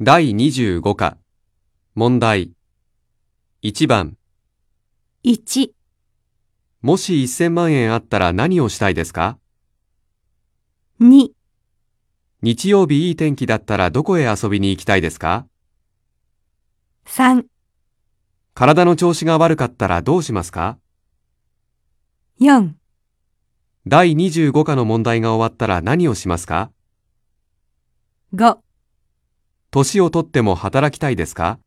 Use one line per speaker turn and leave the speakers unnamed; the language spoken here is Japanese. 第25課、問題。1番、
1、
もし1000万円あったら何をしたいですか
2、
日曜日いい天気だったらどこへ遊びに行きたいですか
3、
体の調子が悪かったらどうしますか
4、
第25課の問題が終わったら何をしますか
5
年をとっても働きたいですか